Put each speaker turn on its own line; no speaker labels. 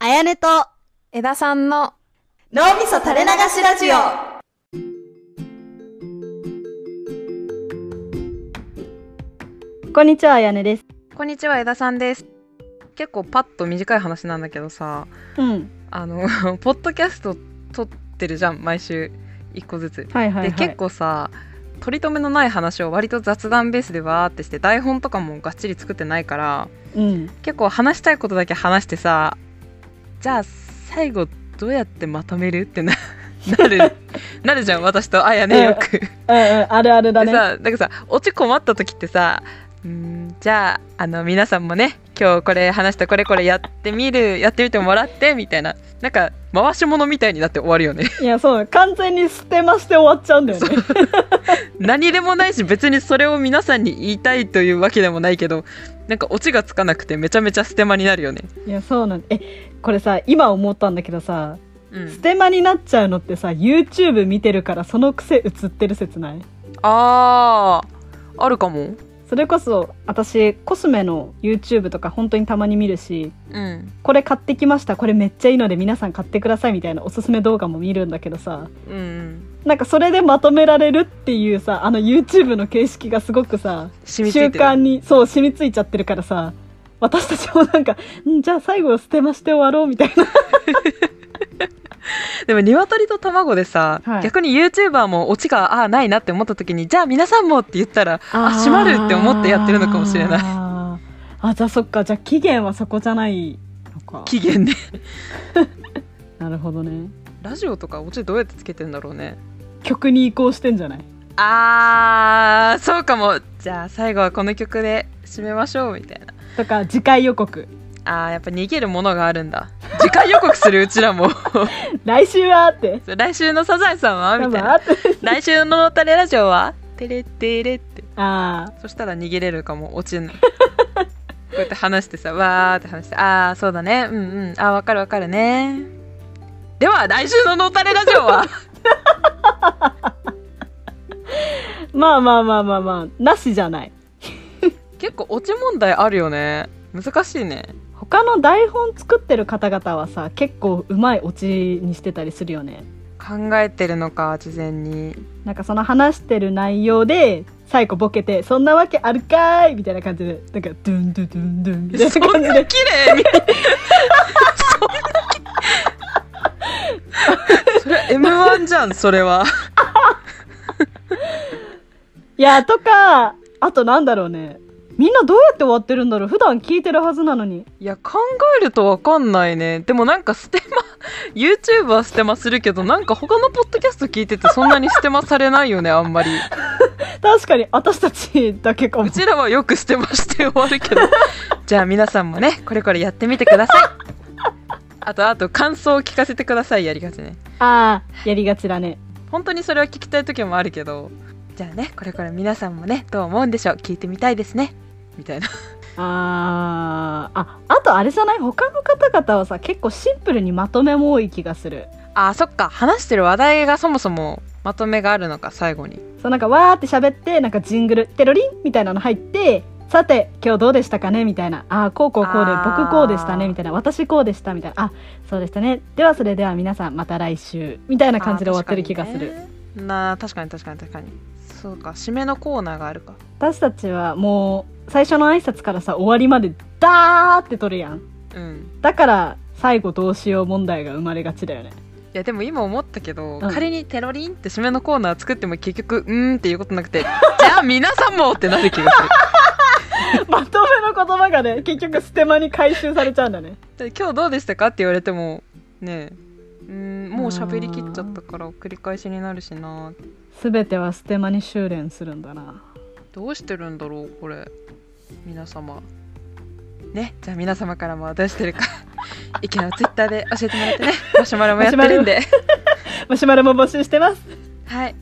やねと、
枝さんの
脳みそ垂れ流しラジオ。こんにちは、あやねです。
こんにちは枝さんです結構パッと短い話なんだけどさ
うん。
あの ポッドキャスト撮ってるじゃん毎週一個ずつ、
はいはい、はい。
で結構さ取り留めのない話を割と雑談ベースでわーってして台本とかもがっちり作ってないから
うん。
結構話したいことだけ話してさじゃあ最後どうやってまとめるってなな るなるじゃん私とあやねよく。
うんうん、あるあるだ
で
ね。
さなんかさ落ち困った時ってさうーんじゃああの皆さんもね今日これ話したこれこれやってみるやってみてもらってみたいななんか回し物みたいになって終わるよ ね
いや、そう、完全に捨てまして終わっちゃうんだよね。
何でもないし別にそれを皆さんに言いたいというわけでもないけどなんかオチがつかなくてめちゃめちゃステマになるよね
いや、そうなんえ、これさ、今思ったんだけどさ、
うん
ステマになっちゃうのってさ、YouTube 見てるからその癖映ってる説ない
あーあるかも
それこそ、私、コスメの YouTube とか本当にたまに見るし、
うん
これ買ってきましたこれめっちゃいいので皆さん買ってくださいみたいなおすすめ動画も見るんだけどさ
うん
なんかそれでまとめられるっていうさあの YouTube の形式がすごくさ
染みつ
習
いて
慣
る
にそう染みついちゃってるからさ私たちもなんかんじゃあ最後捨てまして終わろうみたいな
でも鶏と卵でさ、
はい
逆に YouTuber もオチがああーないなって思った時にじゃあ皆さんもって言ったらあ閉まるって思ってやってるのかもしれない
あーあじゃあそっかじゃあ期限はそこじゃないのか
期限で
なるほどね
ラジオとかオチどうやってつけてんだろうね
曲に移行してんじゃない
あーそうかもじゃあ最後はこの曲で締めましょうみたいな
とか次回予告
あーやっぱ逃げるものがあるんだ次回予告するうちら も
来週はって
来週のサザエさんはみたい
多分あ
な
って
来週ののたれラジオはテレテレって
あ
そしたら逃げれるかも落ちんのこうやって話してさわーって話してああそうだねうんうんあーわかるわかるねでは来週の「のたれラジオ は」
ーまあまあまあまあまあなしじゃない
結構落ち問題あるよね難しいね
他の台本作ってる方々はさ結構うまいオチにしてたりするよね
考えてるのか事前に
なんかその話してる内容で最後ボケて「そんなわけあるかーい!」みたいな感じでなんかドゥンドゥドゥンドゥンみたい
そ
な感
ん
じ
な
で
綺麗に そんなそれ M1 じゃんそれはい
やとかあとなんだろうねみんなどうやって終わってるんだろう普段聞いてるはずなのに
いや考えるとわかんないねでもなんかステマ YouTube はステマするけどなんか他のポッドキャスト聞いててそんなにステマされないよねあんまり
確かに私たちだけかも
うちらはよくステマして終わるけどじゃあ皆さんもねこれこれやってみてくださいあとあと感想を聞かせてくださいやりがちね
ああやりがちだね
本当にそれは聞きたい時もあるけどじゃあねこれから皆さんもねどう思うんでしょう聞いてみたいですねみたいな
あーああとあれじゃない他の方々はさ結構シンプルにまとめも多い気がする
あーそっか話してる話題がそもそもまとめがあるのか最後に
そうなんかわーって喋ってなんかジングルテロリンみたいなの入ってさて今日どうでしたかねみたいなあーこうこうこうで
あー
僕こうでしたねみたいな私こうでしたみたいなあそうでしたねではそれでは皆さんまた来週みたいな感じで終わってる気がする、
あー確かにねなあ確かに確かに確かにそうか締めのコーナーがあるか
私たちはもう最初の挨拶からさ終わりまでダーって撮るやん
うん
だから最後どうしよう問題が生まれがちだよね
いやでも今思ったけど、
うん
仮に「テロリン」って締めのコーナー作っても結局「うーん」っていうことなくて「 じゃあ皆さんも!」ってなる気がする
まとめの言葉がね結局ステマに回収されちゃうんだね
で今日どうでしたかって言われてもねえうーんもう喋りきっちゃったから繰り返しになるしな
全てはステマに修練するんだな
どうしてるんだろうこれ皆様ねじゃあ皆様からもどうしてるか 意見をツイッターで教えてもらってねマシュマロもやってるんで
マシュマロも募集してます
はい